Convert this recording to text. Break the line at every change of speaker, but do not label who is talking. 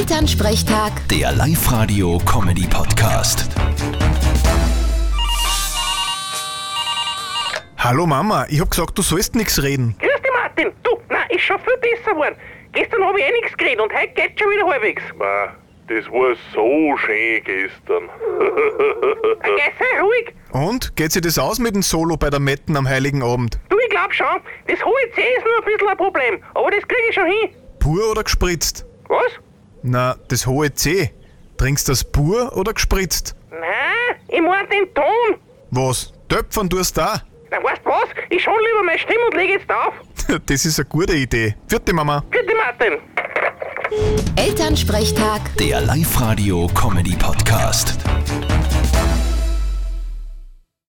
Elternsprechtag,
Der Live-Radio-Comedy-Podcast.
Hallo Mama, ich hab gesagt, du sollst nix reden.
Grüß dich, Martin. Du, nein, ist schon viel besser geworden. Gestern habe ich eh nichts geredet und heute geht schon wieder halbwegs.
Ma, das war so schön gestern.
Geh, sei ruhig.
Und, geht sich das aus mit dem Solo bei der Metten am Heiligen Abend?
Du, ich glaub schon, das hohe C ist nur ein bisschen ein Problem, aber das krieg ich schon hin.
Pur oder gespritzt?
Was?
Na, das hohe C. Trinkst das pur oder gespritzt?
Nein, ich meine den Ton.
Was? Töpfern tust da?
Na, weißt du was? Ich schon lieber meine Stimme und lege jetzt auf.
Das ist eine gute Idee. Vierte Mama.
Grüß dich, Martin.
Elternsprechtag.
Der Live-Radio-Comedy-Podcast.